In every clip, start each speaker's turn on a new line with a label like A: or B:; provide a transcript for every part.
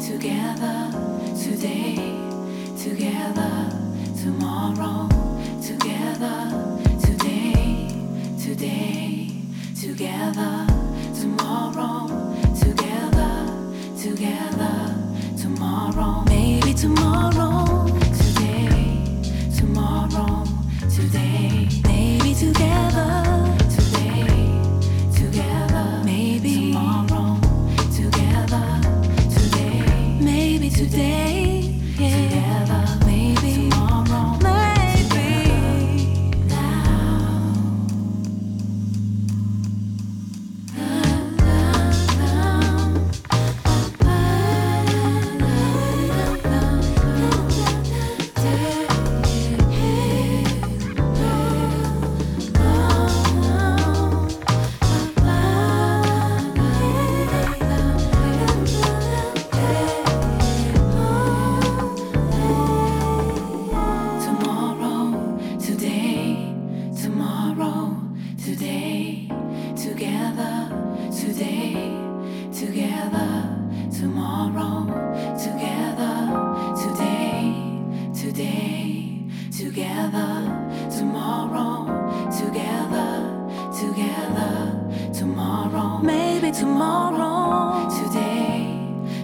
A: Together today, together tomorrow, together today, today, together tomorrow, together, together tomorrow, maybe tomorrow, today, tomorrow, today, maybe together, today, together, maybe tomorrow, together, today, maybe today, yeah. together, maybe tomorrow, maybe now. Tomorrow, today, tomorrow, today, together, today, together, tomorrow, together, today, today, together, tomorrow, together, together, tomorrow, maybe tomorrow, today,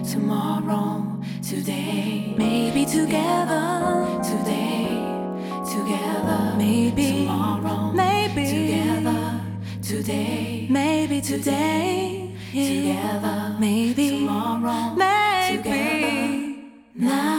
A: tomorrow, today, maybe together, today, together, maybe tomorrow, maybe together, today, maybe today, together, maybe tomorrow, maybe together, now.